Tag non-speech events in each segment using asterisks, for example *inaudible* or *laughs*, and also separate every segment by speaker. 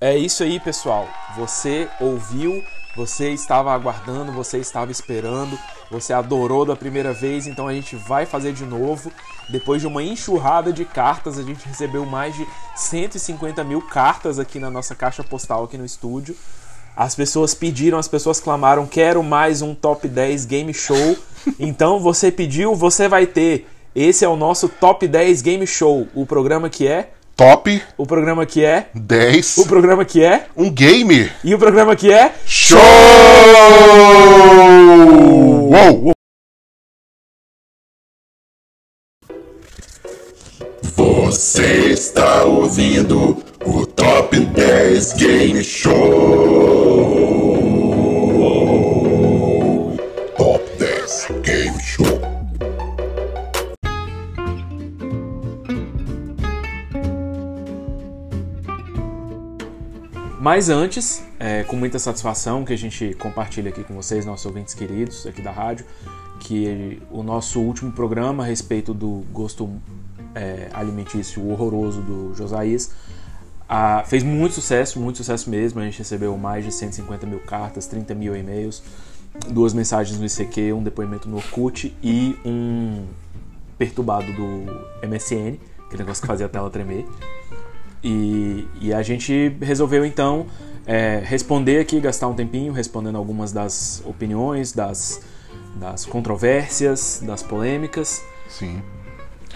Speaker 1: É isso aí, pessoal. Você ouviu, você estava aguardando, você estava esperando, você adorou da primeira vez, então a gente vai fazer de novo. Depois de uma enxurrada de cartas, a gente recebeu mais de 150 mil cartas aqui na nossa caixa postal aqui no estúdio. As pessoas pediram, as pessoas clamaram: quero mais um top 10 game show. Então você pediu, você vai ter. Esse é o nosso top 10 game show. O programa que é.
Speaker 2: Top
Speaker 1: O programa que é.
Speaker 2: 10.
Speaker 1: O programa que é.
Speaker 2: Um game.
Speaker 1: E o programa que é.
Speaker 2: Show! Uou! Você está ouvindo o Top 10 Game Show. Top 10 Game Show.
Speaker 1: Mas antes, é, com muita satisfação que a gente compartilha aqui com vocês, nossos ouvintes queridos aqui da rádio, que o nosso último programa a respeito do gosto é, alimentício horroroso do Josias ah, fez muito sucesso, muito sucesso mesmo. A gente recebeu mais de 150 mil cartas, 30 mil e-mails, duas mensagens no ICQ, um depoimento no Orkut e um perturbado do MSN, aquele negócio que fazia a tela tremer. E, e a gente resolveu então é, responder aqui, gastar um tempinho respondendo algumas das opiniões, das, das controvérsias, das polêmicas.
Speaker 2: Sim,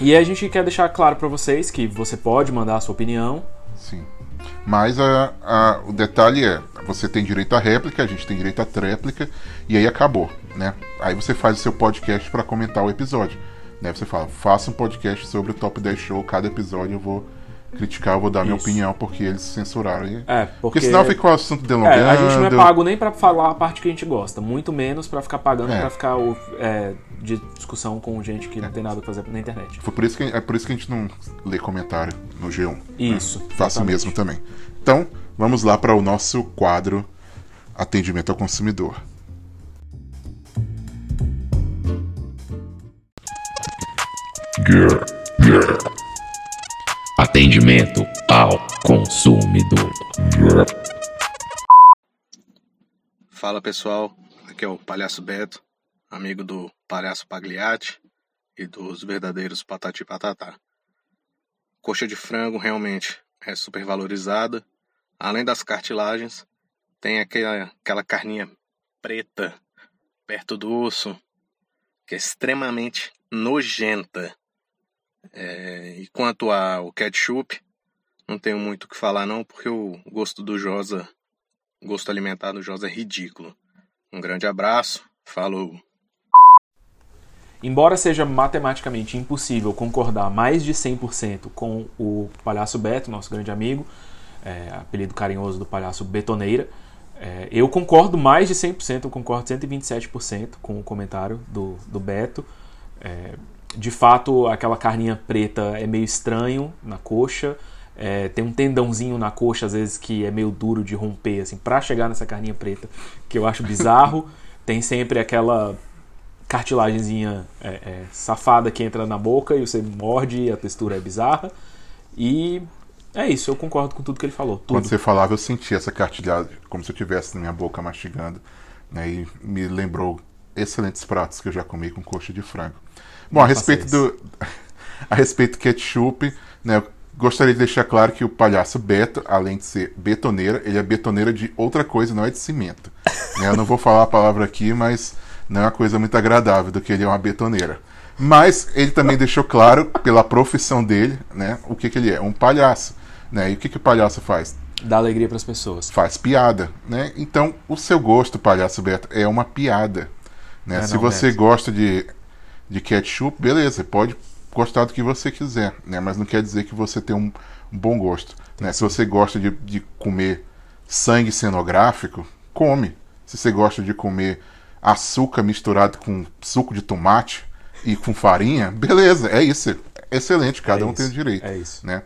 Speaker 1: E a gente quer deixar claro para vocês que você pode mandar a sua opinião.
Speaker 2: sim. Mas a- a- o detalhe é, você tem direito à réplica, a gente tem direito à tréplica, e aí acabou, né? Aí você faz o seu podcast para comentar o episódio. Né? Você fala, faça um podcast sobre o Top 10 Show, cada episódio eu vou criticar, eu vou dar minha
Speaker 1: Isso.
Speaker 2: opinião, porque eles censuraram. E...
Speaker 1: É,
Speaker 2: Porque
Speaker 1: porque,
Speaker 2: senão fica o assunto
Speaker 1: é,
Speaker 2: delongando.
Speaker 1: a gente não é pago nem para falar a parte que a gente gosta, muito menos para ficar pagando
Speaker 2: É.
Speaker 1: pra para ficar o- é, de discussão com gente que não tem nada pra fazer na internet.
Speaker 2: Foi por isso que, é por isso que a gente não lê comentário no G1.
Speaker 1: Isso.
Speaker 2: Faça o
Speaker 1: exatamente.
Speaker 2: mesmo também. Então, vamos lá para o nosso quadro Atendimento ao Consumidor.
Speaker 3: Grr, grr. Atendimento ao consumidor. Grr.
Speaker 4: Fala pessoal, aqui é o Palhaço Beto, amigo do Palhaço Pagliatti e dos verdadeiros Patati Patatá. Coxa de frango realmente é super valorizada. Além das cartilagens, tem aquela, aquela carninha preta perto do osso, que é extremamente nojenta. É, e quanto ao ketchup, não tenho muito o que falar não, porque o gosto do Josa o gosto alimentar do Josa é ridículo. Um grande abraço, falou.
Speaker 1: Embora seja matematicamente impossível concordar mais de 100% com o Palhaço Beto, nosso grande amigo, é, apelido carinhoso do Palhaço Betoneira, é, eu concordo mais de 100%, eu concordo 127% com o comentário do, do Beto. É, de fato, aquela carninha preta é meio estranho na coxa, é, tem um tendãozinho na coxa, às vezes, que é meio duro de romper, assim, pra chegar nessa carninha preta, que eu acho
Speaker 2: *laughs*
Speaker 1: bizarro. tem sempre aquela cartilagenzinha é, é, safada que entra na boca e você morde e a textura é bizarra. E é isso, eu concordo com tudo que ele falou. Tudo.
Speaker 2: Quando você falava, eu sentia essa cartilhagem, como se eu tivesse na minha boca mastigando. Né? E me lembrou excelentes pratos que eu já comi com coxa de frango. Bom, a
Speaker 1: faça
Speaker 2: respeito do. *laughs* A respeito do ketchup, né? eu Gostaria de deixar claro que o palhaço Beto, além de ser betoneira, ele é betoneira de outra coisa, não é de
Speaker 1: *laughs*
Speaker 2: cimento. né? Eu não vou falar a palavra aqui, mas não é uma coisa muito agradável do que ele é uma betoneira. Mas ele também deixou claro, pela profissão dele, né, o que, que ele é, um palhaço. Né? E o que, que o palhaço faz?
Speaker 1: Dá alegria pras pessoas.
Speaker 2: faz piada, né? Então, o seu gosto, palhaço Beto, é uma piada, né?
Speaker 1: É,
Speaker 2: Se
Speaker 1: não,
Speaker 2: você
Speaker 1: Beto.
Speaker 2: gosta de, de ketchup, beleza, pode gostar do que você quiser, né? Mas não quer dizer que você tem um bom gosto, né? Se você gosta de, de comer sangue cenográfico, come. Se você gosta de comer açúcar misturado com suco de tomate e com farinha, beleza, é isso. Excelente, cada um
Speaker 1: isso,
Speaker 2: tem o direito,
Speaker 1: é isso.
Speaker 2: né?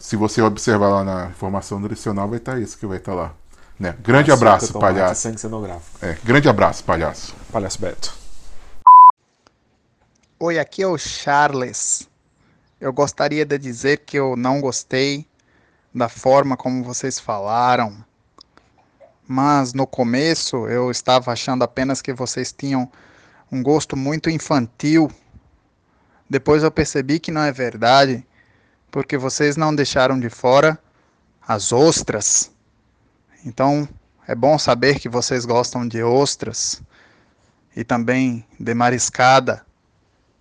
Speaker 2: se você observar lá na informação nutricional, vai estar isso que vai estar lá. Né? Grande
Speaker 1: Açúcar,
Speaker 2: abraço,
Speaker 1: tomate,
Speaker 2: palhaço.
Speaker 1: Sangue cenográfico.
Speaker 2: É, grande abraço, palhaço.
Speaker 1: Palhaço Beto.
Speaker 5: Oi, aqui é o Charles. Eu gostaria de dizer que eu não gostei da forma como vocês falaram. Mas no começo eu estava achando apenas que vocês tinham um gosto muito infantil. Depois eu percebi que não é verdade, porque vocês não deixaram de fora as ostras. Então é bom saber que vocês gostam de ostras e também de mariscada,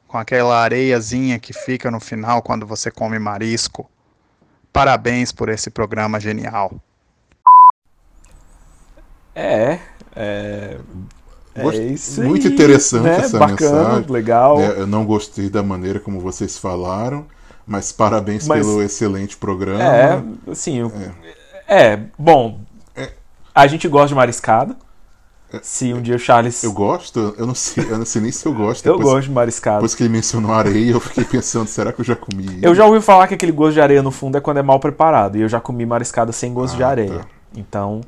Speaker 5: com aquela areiazinha que fica no final quando você come marisco. Parabéns por esse programa genial.
Speaker 1: É, é, é
Speaker 2: Gost-
Speaker 1: isso
Speaker 2: muito
Speaker 1: aí,
Speaker 2: interessante
Speaker 1: né?
Speaker 2: essa
Speaker 1: Bacana,
Speaker 2: mensagem.
Speaker 1: legal.
Speaker 2: É, eu não gostei da maneira como vocês falaram, mas parabéns
Speaker 1: Mas-
Speaker 2: pelo excelente programa.
Speaker 1: É, assim, eu- é. bom,
Speaker 2: É.
Speaker 1: a gente gosta de mariscada. Se um dia o Charles...
Speaker 2: Eu gosto? Eu não sei, eu não sei nem se eu gosto.
Speaker 1: Eu
Speaker 2: depois,
Speaker 1: gosto de mariscada.
Speaker 2: Depois que ele mencionou areia, eu fiquei pensando, será que eu já comi?
Speaker 1: Eu já ouvi falar que aquele gosto de areia no fundo é quando é mal preparado. E eu já comi mariscada sem gosto de
Speaker 2: Ah,
Speaker 1: areia.
Speaker 2: tá.
Speaker 1: Então.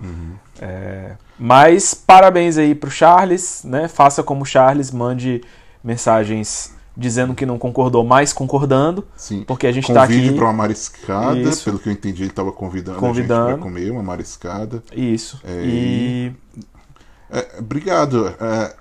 Speaker 1: é, Mas parabéns aí pro Charles, né? Faça como o Charles, mande mensagens dizendo que não concordou, mas concordando.
Speaker 2: Sim.
Speaker 1: Porque a gente
Speaker 2: Convide
Speaker 1: tá aqui.
Speaker 2: pra uma mariscada,
Speaker 1: Isso.
Speaker 2: pelo que eu entendi, ele estava convidando, a
Speaker 1: Convidando.
Speaker 2: gente pra comer uma mariscada.
Speaker 1: Isso. E
Speaker 2: É, obrigado. É,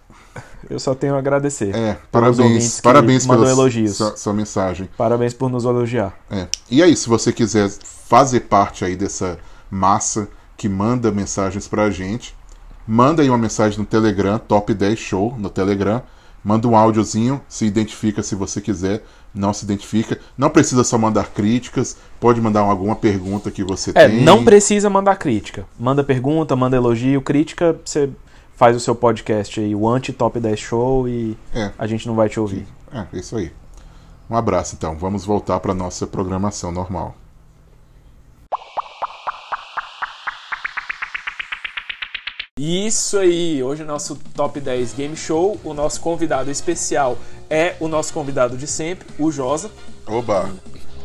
Speaker 1: eu só tenho a agradecer.
Speaker 2: é,
Speaker 1: ouvintes
Speaker 2: parabéns,
Speaker 1: que
Speaker 2: parabéns
Speaker 1: mandam
Speaker 2: pela
Speaker 1: elogios.
Speaker 2: Sua, sua mensagem.
Speaker 1: Parabéns por nos elogiar.
Speaker 2: É. E aí, se você quiser fazer parte aí dessa massa que manda mensagens pra gente, manda aí uma mensagem no Telegram, Top 10 Show no Telegram. Manda um áudiozinho, se identifica se você quiser, não se identifica. Não precisa só mandar críticas, pode mandar alguma pergunta que você
Speaker 1: É,
Speaker 2: tem.
Speaker 1: não precisa mandar crítica. Manda pergunta, manda elogio, crítica, você faz o seu podcast aí, o anti-top 10 show e
Speaker 2: É.
Speaker 1: a gente não vai te ouvir.
Speaker 2: É, é isso aí. Um abraço então, vamos voltar pra nossa programação normal.
Speaker 1: Isso aí, hoje o nosso Top 10 Game Show, o nosso convidado especial é o nosso convidado de sempre, o Josa.
Speaker 2: Oba!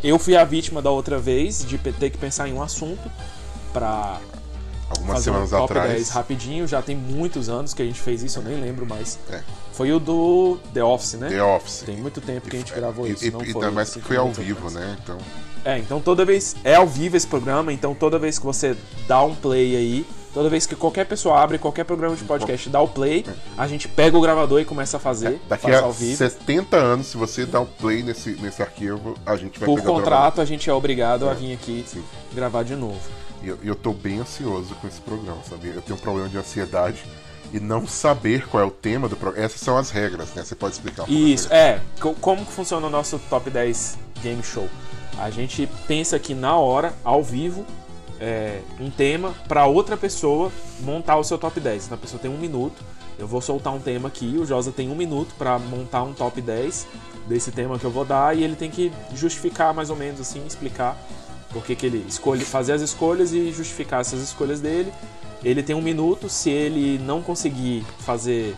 Speaker 1: Eu fui a vítima da outra vez de ter que pensar em um assunto pra
Speaker 2: Algumas
Speaker 1: fazer um top 10 rapidinho, já tem muitos anos que a gente fez isso, eu nem lembro mais.
Speaker 2: É.
Speaker 1: Foi o do The Office, né?
Speaker 2: Office.
Speaker 1: Tem muito tempo que a gente gravou isso, não foi cinco minutos atrás.
Speaker 2: né? Então.
Speaker 1: É, então toda vez. É ao vivo esse programa, então toda vez que você dá um play aí, toda vez que qualquer pessoa abre qualquer programa de podcast e dá o play, a gente pega o gravador e começa a fazer.
Speaker 2: É, Daqui
Speaker 1: faz
Speaker 2: a
Speaker 1: ao vivo.
Speaker 2: 70 anos, se você dar o play nesse, nesse arquivo, a gente vai
Speaker 1: Por
Speaker 2: pegar o
Speaker 1: contrato, a gente é obrigado a vir aqui
Speaker 2: Sim.
Speaker 1: gravar de novo.
Speaker 2: gravador. E eu, eu tô bem ansioso com esse programa, sabe? Eu tenho um problema de ansiedade e não saber qual é o tema do programa. Essas são as regras, né? Você pode explicar. um pouco
Speaker 1: Isso,
Speaker 2: melhor.
Speaker 1: é. co- Como que funciona o nosso top 10 game show? A gente pensa aqui na hora, ao vivo, é, um tema para outra pessoa montar o seu top 10. Então a pessoa tem um minuto. Eu vou soltar um tema aqui, o Josa tem um minuto para montar um top 10 desse tema que eu vou dar e ele tem que justificar mais ou menos assim, explicar porque que ele escolhe fazer as escolhas e justificar essas escolhas dele. Ele tem um minuto, se ele não conseguir fazer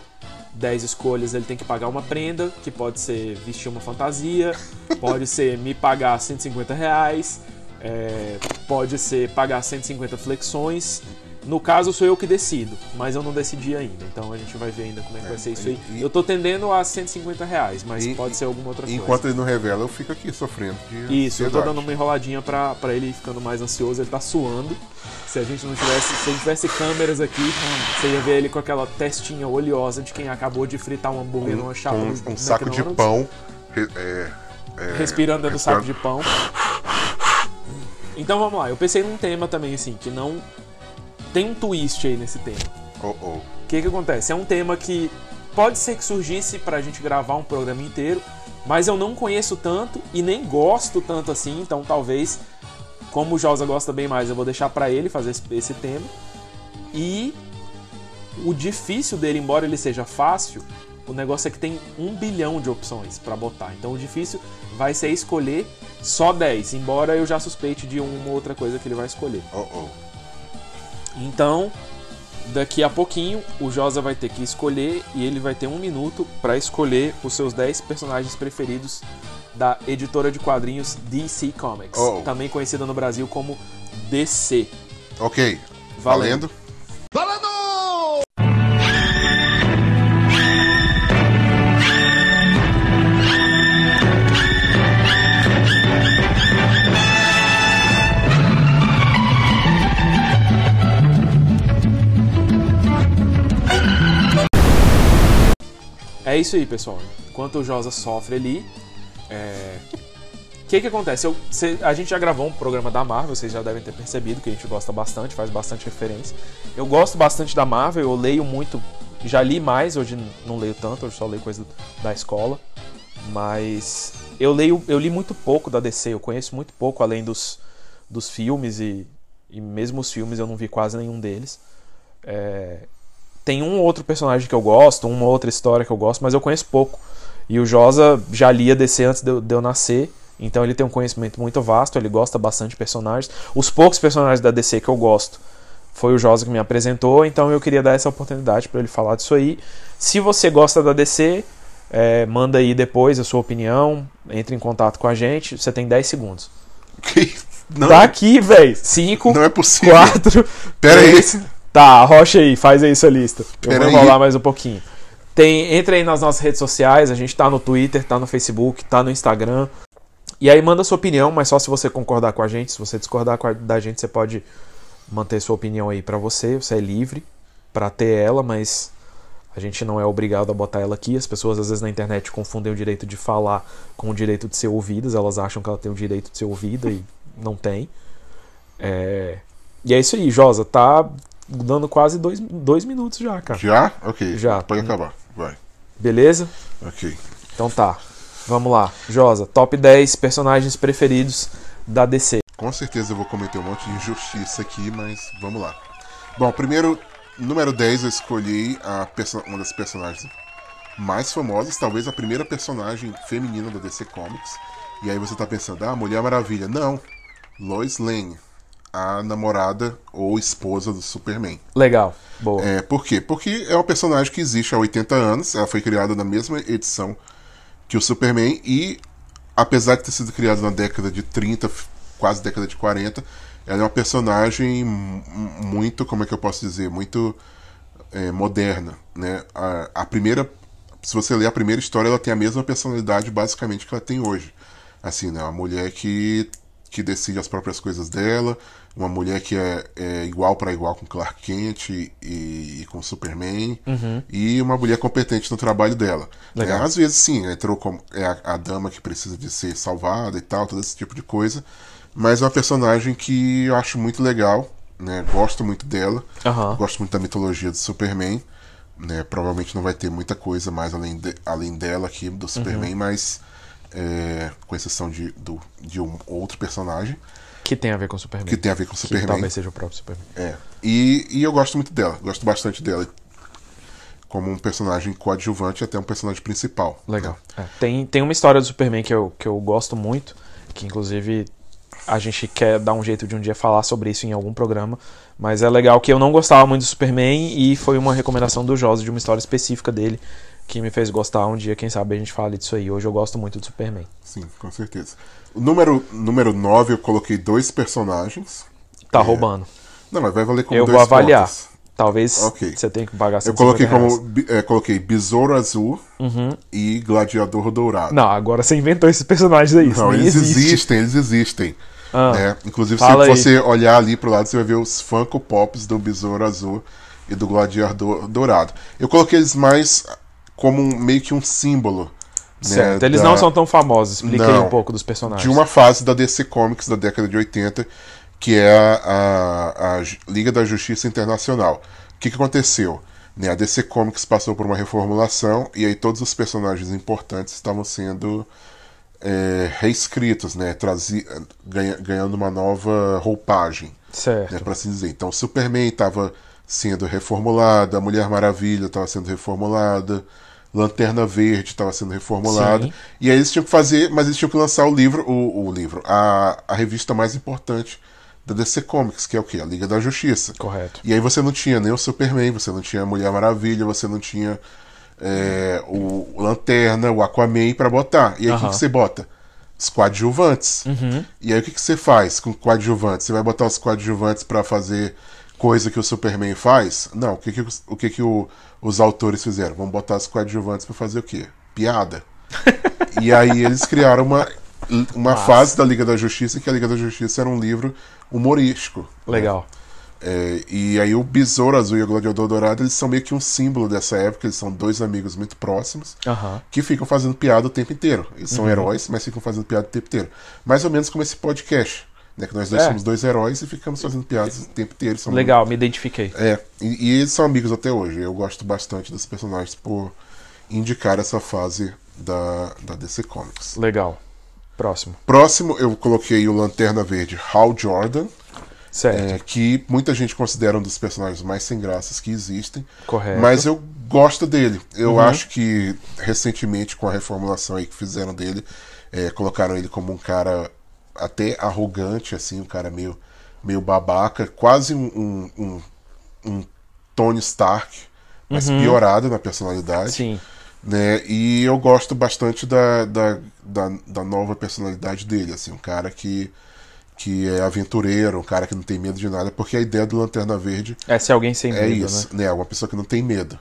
Speaker 1: 10 escolhas, ele tem que pagar uma prenda, que pode ser vestir uma fantasia,
Speaker 2: *laughs*
Speaker 1: pode ser me pagar 150 reais, é, pode ser pagar 150 flexões. No caso, sou eu que decido, mas eu não decidi ainda, então a gente vai ver ainda como é que vai ser isso aí.
Speaker 2: e-
Speaker 1: eu tô tendendo a 150 reais, mas
Speaker 2: E-
Speaker 1: é, pode ser alguma outra coisa.
Speaker 2: Enquanto ele não revela, eu fico aqui sofrendo de
Speaker 1: Isso, eu tô
Speaker 2: ansiedade.
Speaker 1: dando uma enroladinha pra, pra ele ir ficando mais ansioso, ele tá suando. Se a gente não tivesse, se a gente tivesse câmeras aqui,
Speaker 2: Hum.
Speaker 1: você ia ver ele com aquela testinha oleosa de quem acabou de fritar um hambúrguer numa chapa
Speaker 2: um,
Speaker 1: do
Speaker 2: um saco de
Speaker 1: McDonald's,
Speaker 2: pão. re- É,
Speaker 1: Respirando dentro do saco de
Speaker 2: respirando. *laughs*
Speaker 1: pão. Então vamos lá, eu pensei num tema também assim, que não. Tem um twist aí nesse tema.
Speaker 2: oh, oh.
Speaker 1: O que, que acontece? É um tema que pode ser que surgisse pra gente gravar um programa inteiro, mas eu não conheço tanto e nem gosto tanto assim, então talvez, como o Josa gosta bem mais, eu vou deixar pra ele fazer esse, esse tema. E o difícil dele, embora ele seja fácil, o negócio é que tem um bilhão de opções pra botar. Então o difícil vai ser escolher só 10, embora eu já suspeite de uma ou outra coisa que ele vai escolher.
Speaker 2: Oh, oh.
Speaker 1: Então, daqui a pouquinho, o Josa vai ter que escolher e ele vai ter um minuto para escolher os seus 10 personagens preferidos da editora de quadrinhos DC Comics,
Speaker 2: Oh.
Speaker 1: também conhecida no Brasil como DC.
Speaker 2: Ok.
Speaker 1: Valendo.
Speaker 2: Valendo. *laughs*
Speaker 1: É isso aí, pessoal. Enquanto o Josa sofre ali, é, o que que acontece? Eu- cê- a gente já gravou um programa da Marvel, vocês já devem ter percebido que a gente gosta bastante, faz bastante referência. Eu gosto bastante da Marvel, eu leio muito, já li mais, hoje n- não leio tanto, hoje só leio coisa da escola. Mas eu leio, eu li muito pouco da DC, eu conheço muito pouco além dos, dos filmes e, e mesmo os filmes eu não vi quase nenhum deles. É, tem um ou outro personagem que eu gosto, uma ou outra história que eu gosto, mas eu conheço pouco. E o Josa já lia DC antes de eu, de eu nascer, então ele tem um conhecimento muito vasto, ele gosta bastante de personagens. Os poucos personagens da DC que eu gosto foi o Josa que me apresentou, então eu queria dar essa oportunidade para ele falar disso aí. Se você gosta da DC, é, manda aí depois a sua opinião, entre em contato com a gente, você tem 10 segundos.
Speaker 2: Que- Não,
Speaker 1: Tá aqui, velho! 5,
Speaker 2: não é possível.
Speaker 1: 4,
Speaker 2: Pera aí.
Speaker 1: Tá, rocha aí, faz aí sua lista. Eu
Speaker 2: Pera
Speaker 1: vou
Speaker 2: aí.
Speaker 1: enrolar mais um pouquinho. Tem, entra aí nas nossas redes sociais, a gente tá no Twitter, tá no Facebook, tá no Instagram. E aí manda sua opinião, mas só se você concordar com a gente, se você discordar com a- da gente, você pode manter sua opinião aí pra você, você é livre pra ter ela, mas a gente não é obrigado a botar ela aqui. As pessoas às vezes na internet confundem o direito de falar com o direito de ser ouvidas, elas acham que ela tem o direito de ser ouvida e não tem. É, E é isso aí, Josa, tá dando quase dois, dois minutos já, cara.
Speaker 2: Já? Ok.
Speaker 1: Já.
Speaker 2: Pode acabar. Vai.
Speaker 1: Beleza?
Speaker 2: Ok.
Speaker 1: Então tá. Vamos lá. Josa, top 10 personagens preferidos da DC.
Speaker 2: Com certeza eu vou cometer um monte de injustiça aqui, mas vamos lá. Bom, primeiro, número 10, eu escolhi a perso- uma das personagens mais famosas, talvez a primeira personagem feminina da DC Comics. E aí você tá pensando, ah, Mulher Maravilha. Não, Lois Lane, a namorada ou esposa do Superman.
Speaker 1: Legal. Boa.
Speaker 2: É, por quê? Porque é uma personagem que existe há 80 anos, ela foi criada na mesma edição que o Superman e, apesar de ter sido criada na década de 30, f- quase década de 40, ela é uma personagem mu- muito, como é que eu posso dizer, muito é, moderna, né? A, a primeira, se você ler a primeira história, ela tem a mesma personalidade basicamente que ela tem hoje. Assim, né? Uma mulher que que decide as próprias coisas dela, uma mulher que é, é igual para igual com Clark Kent e, e com Superman, e uma mulher competente no trabalho dela.
Speaker 1: Uhum. Legal.
Speaker 2: É, às vezes, sim, entrou como é a, a dama que precisa de ser salvada e tal, todo esse tipo de coisa, mas é uma personagem que eu acho muito legal, né? Gosto muito dela.
Speaker 1: Aham.
Speaker 2: Gosto muito da mitologia do Superman. Né? Provavelmente não vai ter muita coisa mais além, de- além dela aqui
Speaker 1: Uhum.
Speaker 2: do Superman, mas é, com exceção de, do- de um outro personagem
Speaker 1: Que tem a ver com o Superman.
Speaker 2: que tem a ver com o
Speaker 1: que
Speaker 2: Superman.
Speaker 1: talvez seja o próprio Superman.
Speaker 2: É. E, e eu gosto muito dela, gosto bastante dela como um personagem coadjuvante e até um personagem principal. Né?
Speaker 1: Legal. É. Tem, tem uma história do Superman que eu, que eu gosto muito, que inclusive a gente quer dar um jeito de um dia falar sobre isso em algum programa, mas é legal que eu não gostava muito do Superman e foi uma recomendação do Josa de uma história específica dele que me fez gostar. Um dia, quem sabe, a gente fale disso aí. Hoje eu gosto muito do Superman.
Speaker 2: Sim, com certeza. O número, número 9 eu coloquei dois personagens.
Speaker 1: Tá roubando.
Speaker 2: Não, mas vai valer como
Speaker 1: Eu
Speaker 2: É, dois
Speaker 1: vou avaliar.
Speaker 2: pontos.
Speaker 1: Talvez
Speaker 2: Ok.
Speaker 1: você tenha que pagar
Speaker 2: Eu coloquei
Speaker 1: 150
Speaker 2: como
Speaker 1: reais.
Speaker 2: bi- é, coloquei Besouro Azul e Gladiador Dourado.
Speaker 1: Não, agora você inventou esses personagens aí. isso
Speaker 2: Não,
Speaker 1: nem
Speaker 2: eles
Speaker 1: existe.
Speaker 2: existem, eles existem.
Speaker 1: Ah.
Speaker 2: né? Inclusive,
Speaker 1: Fala
Speaker 2: se
Speaker 1: aí.
Speaker 2: você olhar ali pro lado, você vai ver os Funko Pops do Besouro Azul e do Gladiador Dourado. Eu coloquei eles mais como um- meio que um símbolo. né,
Speaker 1: Certo. Eles
Speaker 2: da-
Speaker 1: não são tão famosos. Explica aí
Speaker 2: Não.
Speaker 1: um pouco dos personagens.
Speaker 2: de uma fase da DC Comics da década de 80, que é a, a- a Ju- Liga da Justiça Internacional. O que, que aconteceu? Né, a DC Comics passou por uma reformulação e aí todos os personagens importantes estavam sendo é, reescritos, né, trazi, ganha- ganhando uma nova roupagem
Speaker 1: Certo.
Speaker 2: né, para assim dizer. Então, Superman estava sendo reformulada, a Mulher Maravilha estava sendo reformulada, Lanterna Verde estava sendo reformulada.
Speaker 1: Sim.
Speaker 2: E aí eles tinham que fazer, mas eles tinham que lançar o livro, o, o livro, a, a revista mais importante da DC Comics, que é o quê? A Liga da Justiça.
Speaker 1: Correto.
Speaker 2: E aí você não tinha nem o Superman, você não tinha a Mulher Maravilha, você não tinha é, o o Lanterna, o Aquaman pra botar. E aí o que
Speaker 1: Aham. Uhum.
Speaker 2: que, você bota? Os coadjuvantes. E aí o que, que você faz com coadjuvantes? Você vai botar os coadjuvantes pra fazer coisa que o Superman faz? Não, o que, que, os- o que, que o- os autores fizeram? Vão botar os coadjuvantes pra fazer o quê?
Speaker 1: *laughs*
Speaker 2: Piada. E aí eles criaram uma, uma fase da Liga da Justiça, em que a Liga da Justiça era um livro humorístico.
Speaker 1: Legal.
Speaker 2: É, e aí o Besouro Azul e o Gladiador Dourado, eles são meio que um símbolo dessa época, eles são dois amigos muito próximos,
Speaker 1: Aham. Uhum.
Speaker 2: que ficam fazendo piada o tempo inteiro. Eles são heróis, mas ficam fazendo piada o tempo inteiro. Mais ou menos como esse podcast, né? Que nós dois
Speaker 1: É.
Speaker 2: somos dois heróis e ficamos fazendo piadas o tempo inteiro. são
Speaker 1: Legal, me identifiquei.
Speaker 2: é, e, e eles são amigos até hoje. Eu gosto bastante dos personagens por indicar essa fase da, da DC Comics.
Speaker 1: Legal. Próximo.
Speaker 2: Próximo, eu coloquei o Lanterna Verde Hal Jordan,
Speaker 1: Certo.
Speaker 2: é, que muita gente considera um dos personagens mais sem graças que existem.
Speaker 1: Correto. Uhum.
Speaker 2: Mas eu gosto dele. Eu acho que recentemente, com a reformulação aí que fizeram dele, é, colocaram ele como um cara até arrogante, assim, um cara meio, meio babaca, quase um, um, um- um Tony Stark, mas piorado na personalidade
Speaker 1: Uhum. Sim.
Speaker 2: né? E eu gosto bastante da, da, da, da nova personalidade dele, assim, um cara que, que é aventureiro, um cara que não tem medo de nada, porque a ideia do Lanterna Verde
Speaker 1: É se alguém sem
Speaker 2: é
Speaker 1: medo,
Speaker 2: isso,
Speaker 1: né?
Speaker 2: né? Uma pessoa que não tem medo.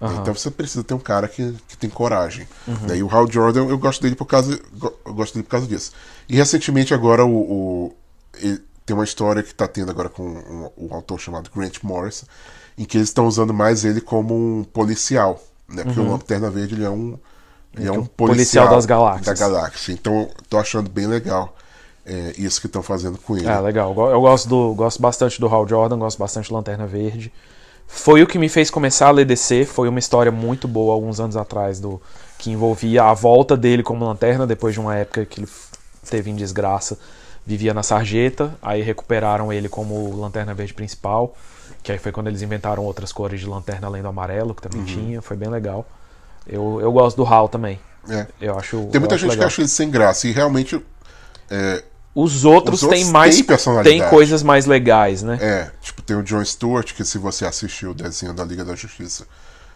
Speaker 2: né?
Speaker 1: Aham. Uhum.
Speaker 2: Então você precisa ter um cara que, que tem coragem. Né? E o Hal Jordan, eu gosto dele por causa, go- eu gosto dele por causa disso. E recentemente agora o, o- ele- tem uma história que tá tendo agora com um, um autor chamado Grant Morrison, em que eles estão usando mais ele como um policial, né? Porque
Speaker 1: Uhum.
Speaker 2: o Lanterna Verde ele é um ele é um policial,
Speaker 1: policial das galáxias.
Speaker 2: Da galáxia. Então eu tô achando bem legal é, isso que estão fazendo com ele.
Speaker 1: É, legal. Eu go- Eu gosto, do, gosto bastante do Hal Jordan, gosto bastante do Lanterna Verde. Foi o que me fez começar a ler DC, foi uma história muito boa alguns anos atrás, do que envolvia a volta dele como lanterna, depois de uma época que ele f- teve em desgraça, vivia na sarjeta, aí recuperaram ele como lanterna verde principal, que aí foi quando eles inventaram outras cores de lanterna além do amarelo, que também
Speaker 2: Uhum.
Speaker 1: tinha, foi bem legal. Eu, eu gosto do Hal também.
Speaker 2: É.
Speaker 1: Eu acho.
Speaker 2: Tem muita
Speaker 1: eu acho
Speaker 2: gente que
Speaker 1: legal.
Speaker 2: acha ele sem graça, e realmente
Speaker 1: Os outros,
Speaker 2: Os outros
Speaker 1: têm mais.
Speaker 2: têm personalidade.
Speaker 1: Tem coisas mais legais, né?
Speaker 2: É, tipo, tem o Jon Stewart, que se você assistiu o desenho da Liga da Justiça,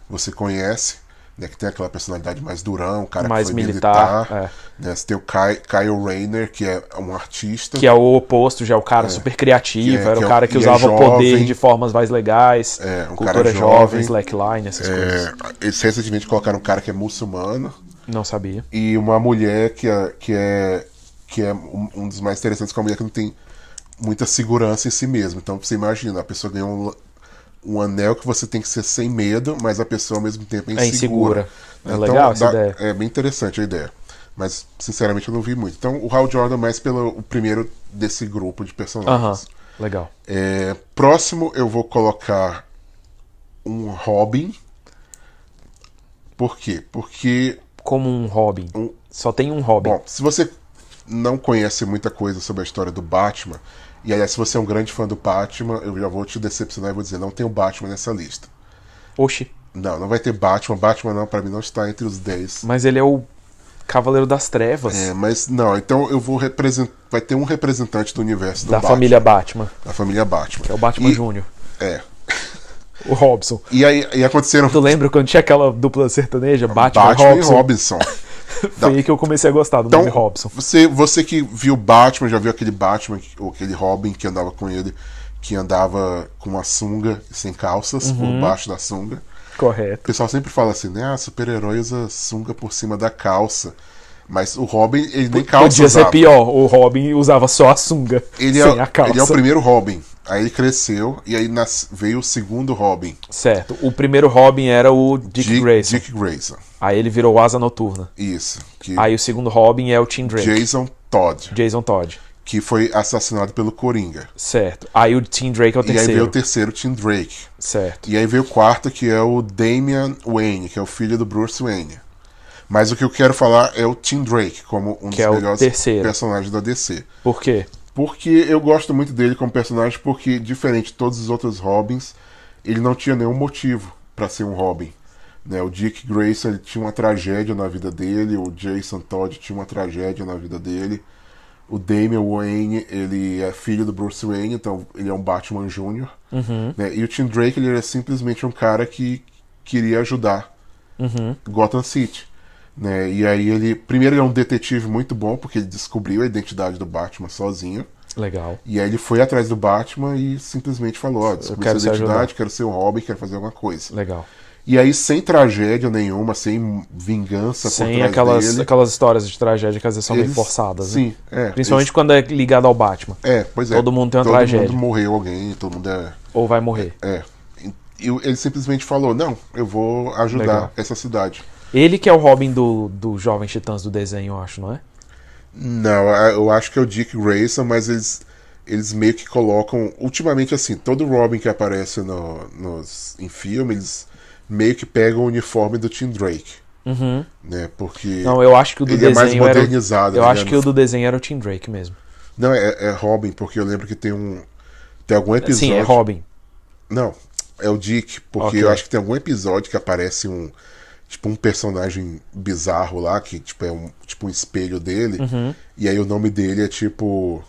Speaker 2: você conhece, né? Que tem aquela personalidade mais durão, um cara
Speaker 1: Mais
Speaker 2: que foi militar.
Speaker 1: militar, é.
Speaker 2: né, você tem o Ky- Kyle Rayner, que é um artista.
Speaker 1: Que é o oposto, já é o cara super criativo,
Speaker 2: Que é-
Speaker 1: era
Speaker 2: que é
Speaker 1: o
Speaker 2: o-
Speaker 1: cara que
Speaker 2: e é
Speaker 1: usava o poder
Speaker 2: jovem.
Speaker 1: de formas mais legais,
Speaker 2: É, um
Speaker 1: cultura
Speaker 2: cara
Speaker 1: jovem,
Speaker 2: jovem.
Speaker 1: slackline, essas coisas.
Speaker 2: É, eles recentemente colocaram um cara que é muçulmano
Speaker 1: Não sabia.
Speaker 2: e uma mulher que é, que é, que é um, um dos mais interessantes, que é uma mulher que não tem muita segurança em si mesma. Então você imagina, a pessoa ganha um, um anel que você tem que ser sem medo, mas a pessoa ao mesmo tempo é
Speaker 1: É
Speaker 2: insegura.
Speaker 1: insegura. É legal essa
Speaker 2: dá-
Speaker 1: ideia.
Speaker 2: É bem interessante a ideia. Mas, sinceramente, eu não vi muito. Então, o Hal Jordan mais pelo o primeiro desse grupo de
Speaker 1: Aham,
Speaker 2: personagens.
Speaker 1: legal.
Speaker 2: É, próximo, eu vou colocar um Robin. Por quê? Porque
Speaker 1: Como um Robin.
Speaker 2: Um-
Speaker 1: Só tem um Robin.
Speaker 2: Bom, se você não conhece muita coisa sobre a história do Batman, e aliás, se você é um grande fã do Batman, eu já vou te decepcionar e vou dizer, não tem o Batman nessa lista.
Speaker 1: Oxi,
Speaker 2: Não, não vai ter Batman. Batman não, pra mim não está entre os 10.
Speaker 1: mas ele é o Cavaleiro das Trevas
Speaker 2: É, mas não, então eu vou representar. Vai ter um representante do universo do
Speaker 1: da
Speaker 2: Batman,
Speaker 1: família Batman,
Speaker 2: Da família Batman.
Speaker 1: que é o Batman
Speaker 2: e,
Speaker 1: Júnior,
Speaker 2: É.
Speaker 1: o Robson.
Speaker 2: E aí e aconteceram
Speaker 1: Tu lembra quando tinha aquela dupla sertaneja, Batman,
Speaker 2: Batman
Speaker 1: e
Speaker 2: e
Speaker 1: Robson? *laughs*
Speaker 2: Robinson.
Speaker 1: Foi aí que eu comecei a gostar do
Speaker 2: Então,
Speaker 1: nome Robson.
Speaker 2: Você, você que viu Batman, já viu aquele Batman, ou aquele Robin que andava com ele, que andava com uma sunga e sem calças,
Speaker 1: Uhum.
Speaker 2: por baixo da sunga. O
Speaker 1: Correto.
Speaker 2: pessoal sempre fala assim, né? Ah, super-herói usa sunga por cima da calça. Mas o Robin, ele nem calça
Speaker 1: Podia
Speaker 2: usava.
Speaker 1: ser pior, o Robin usava só a sunga,
Speaker 2: Ele
Speaker 1: sem
Speaker 2: é,
Speaker 1: a calça.
Speaker 2: ele é o primeiro Robin. Aí ele cresceu e aí nas- veio o segundo Robin,
Speaker 1: Certo. O primeiro Robin era o Dick
Speaker 2: Dick
Speaker 1: Grayson.
Speaker 2: Dick Grayson.
Speaker 1: Aí ele virou o Asa Noturna.
Speaker 2: Isso. Que
Speaker 1: Aí o segundo Robin é o Tim Drake.
Speaker 2: Jason Todd,
Speaker 1: Jason Todd.
Speaker 2: que foi assassinado pelo Coringa.
Speaker 1: Certo. Aí o Tim Drake é o
Speaker 2: E aí
Speaker 1: terceiro.
Speaker 2: veio o terceiro Tim Drake.
Speaker 1: Certo.
Speaker 2: E aí veio o quarto, que é o Damian Wayne, que é o filho do Bruce Wayne. Mas o que eu quero falar é o Tim Drake, como um dos
Speaker 1: é o
Speaker 2: melhores
Speaker 1: terceiro.
Speaker 2: personagens da DC.
Speaker 1: Por quê?
Speaker 2: Porque eu gosto muito dele como personagem, porque, diferente de todos os outros Robins, ele não tinha nenhum motivo pra ser um Robin. Né? O Dick Grayson ele tinha uma tragédia na vida dele, o Jason Todd tinha uma tragédia na vida dele. O Damian Wayne, ele é filho do Bruce Wayne, então ele é um Batman Jr. né? E o Tim Drake, ele era simplesmente um cara que queria ajudar Gotham City. Né? E aí ele, primeiro ele é um detetive muito bom, porque ele descobriu a identidade do Batman sozinho.
Speaker 1: Legal.
Speaker 2: E aí ele foi atrás do Batman e simplesmente falou, ó, descobri
Speaker 1: quero
Speaker 2: sua
Speaker 1: te
Speaker 2: identidade, um
Speaker 1: ajudar.
Speaker 2: quero ser o Robin, quero fazer alguma coisa.
Speaker 1: Legal.
Speaker 2: E aí, sem tragédia nenhuma, sem vingança por
Speaker 1: Sem
Speaker 2: trás
Speaker 1: aquelas,
Speaker 2: dele.
Speaker 1: aquelas histórias de tragédia que às vezes são bem
Speaker 2: eles-
Speaker 1: forçadas. né?
Speaker 2: Sim, é.
Speaker 1: Principalmente quando é ligado ao Batman.
Speaker 2: eles- é, pois é.
Speaker 1: todo mundo tem uma
Speaker 2: todo
Speaker 1: tragédia.
Speaker 2: mundo morreu alguém, todo mundo é.
Speaker 1: Ou vai morrer.
Speaker 2: é. E ele simplesmente falou: não, eu vou ajudar
Speaker 1: Legal.
Speaker 2: essa cidade.
Speaker 1: Ele que é o Robin do, do Jovem Titãs do desenho, eu acho, não é?
Speaker 2: Não, a- eu acho que é o Dick Grayson, mas eles, eles meio que colocam. Ultimamente, assim, todo Robin que aparece no, nos, em filme, eles meio que pegam o uniforme do Tim Drake. Né? Porque.
Speaker 1: Uhum. Não, eu acho que o do
Speaker 2: ele é
Speaker 1: desenho
Speaker 2: mais
Speaker 1: era.
Speaker 2: modernizado,
Speaker 1: eu
Speaker 2: né,
Speaker 1: acho que
Speaker 2: no-
Speaker 1: o do desenho era o Tim Drake mesmo.
Speaker 2: Não, é, é Robin, porque eu lembro que tem um. Tem algum episódio.
Speaker 1: Sim, é Robin.
Speaker 2: Não, é o Dick, porque
Speaker 1: Ok.
Speaker 2: eu acho que tem algum episódio que aparece um. Tipo, um personagem bizarro lá, que tipo, é um, tipo, um espelho dele.
Speaker 1: Uhum.
Speaker 2: E aí o nome dele é tipo.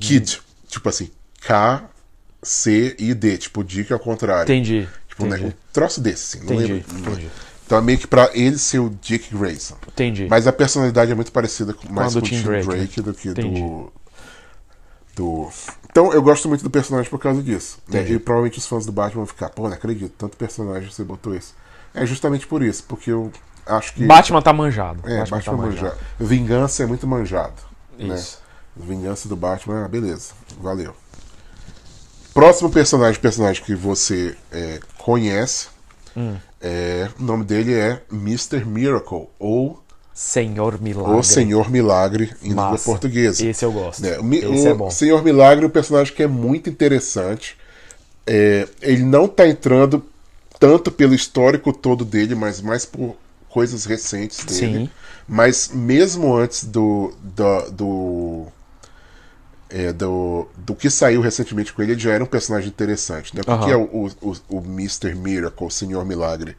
Speaker 2: Kid.
Speaker 1: Hum.
Speaker 2: Tipo assim, K, C e D. Tipo, Dick ao contrário.
Speaker 1: Entendi.
Speaker 2: Tipo, né, um
Speaker 1: Entendi.
Speaker 2: troço desse, assim, não
Speaker 1: Entendi.
Speaker 2: lembro.
Speaker 1: Entendi.
Speaker 2: Então é meio que pra ele ser o Dick Grayson.
Speaker 1: Entendi.
Speaker 2: Mas a personalidade é muito parecida com, mais
Speaker 1: Com a do
Speaker 2: com o
Speaker 1: Tim
Speaker 2: Tim
Speaker 1: Drake,
Speaker 2: Drake,
Speaker 1: né?
Speaker 2: do que
Speaker 1: Entendi.
Speaker 2: do. Do. Então eu gosto muito do personagem por causa disso. né? E provavelmente os fãs do Batman vão ficar, pô, não acredito, tanto personagem você botou isso. É justamente por isso, porque eu acho que.
Speaker 1: Batman tá manjado.
Speaker 2: é, Batman, é manjado. Vingança é muito manjado. né?
Speaker 1: Isso.
Speaker 2: Vingança do Batman, ah, beleza. Valeu. Próximo personagem, personagem que você é, conhece.
Speaker 1: Hum.
Speaker 2: é, o nome dele é Mr. Miracle, ou
Speaker 1: Senhor Milagre.
Speaker 2: o Senhor Milagre em língua
Speaker 1: Massa.
Speaker 2: portuguesa.
Speaker 1: Esse eu gosto.
Speaker 2: É, o Mi-
Speaker 1: Esse
Speaker 2: o
Speaker 1: é bom.
Speaker 2: Senhor Milagre é um personagem que é muito interessante. É, ele não tá entrando tanto pelo histórico todo dele, mas mais por coisas recentes dele.
Speaker 1: Sim.
Speaker 2: Mas mesmo antes do. da- do é, do, do que saiu recentemente com ele, ele já era um personagem interessante, né? Porque
Speaker 1: Aham.
Speaker 2: o, o, o, o Mr. Miracle, o Senhor Milagre,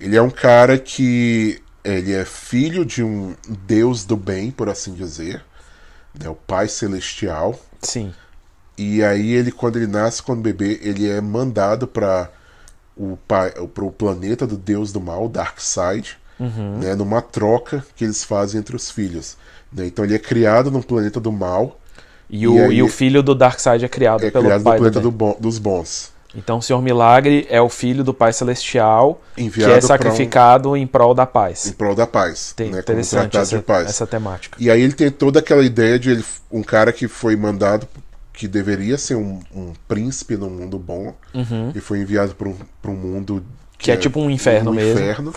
Speaker 2: ele é um cara que ele é filho de um deus do bem, por assim dizer, né? O pai celestial.
Speaker 1: Sim.
Speaker 2: E aí ele, quando ele nasce, quando bebê, ele é mandado para o pai, pro planeta do deus do mal, Darkseid,
Speaker 1: Uhum.
Speaker 2: né, numa troca que eles fazem entre os filhos. né? Então ele é criado num planeta do mal,
Speaker 1: E, o,
Speaker 2: E aí-
Speaker 1: e o filho do Darkseid é criado
Speaker 2: é
Speaker 1: pelo
Speaker 2: criado no
Speaker 1: pai do
Speaker 2: planeta do
Speaker 1: Ben.
Speaker 2: bom- dos bons.
Speaker 1: Então o Senhor Milagre é o filho do Pai Celestial
Speaker 2: Enviado
Speaker 1: que é
Speaker 2: pra um-
Speaker 1: sacrificado em prol da
Speaker 2: Em
Speaker 1: paz.
Speaker 2: prol da paz.
Speaker 1: Tem,
Speaker 2: né, como
Speaker 1: interessante
Speaker 2: tratado
Speaker 1: essa,
Speaker 2: de paz.
Speaker 1: essa temática.
Speaker 2: E aí ele tem toda aquela ideia de ele, um cara que foi mandado, que deveria ser um, um príncipe no mundo bom, e foi enviado para um, pra um mundo
Speaker 1: Uhum. Que é tipo um inferno mesmo.
Speaker 2: inferno.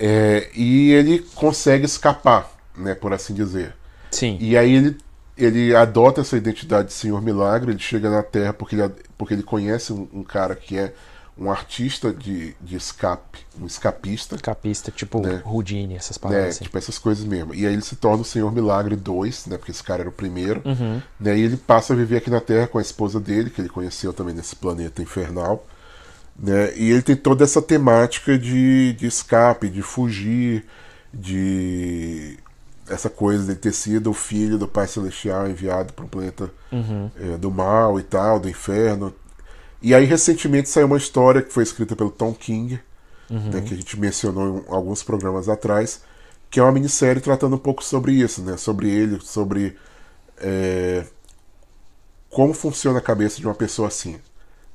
Speaker 2: É, e ele consegue escapar, né, por assim dizer.
Speaker 1: Sim.
Speaker 2: E aí ele, ele adota essa identidade de Senhor Milagre, ele chega na Terra porque ele, porque ele conhece um, um cara que é um artista de, de escape, um escapista,
Speaker 1: Capista, tipo Houdini, essas
Speaker 2: né,
Speaker 1: palavras assim.
Speaker 2: tipo essas coisas mesmo. E aí ele se torna o Senhor Milagre 2, né? Porque esse cara era o primeiro.
Speaker 1: Uhum.
Speaker 2: Né, e ele passa a viver aqui na Terra com a esposa dele, que ele conheceu também nesse planeta infernal. Né, e ele tem toda essa temática de, de escape, de fugir, de. Essa coisa de ter sido o filho do Pai Celestial enviado para um planeta eh, do mal e tal, do inferno. E aí, recentemente, saiu uma história que foi escrita pelo Tom King, né, que a gente mencionou em alguns programas atrás, que é uma minissérie tratando um pouco sobre isso, né? Sobre ele, sobre é, como funciona a cabeça de uma pessoa assim.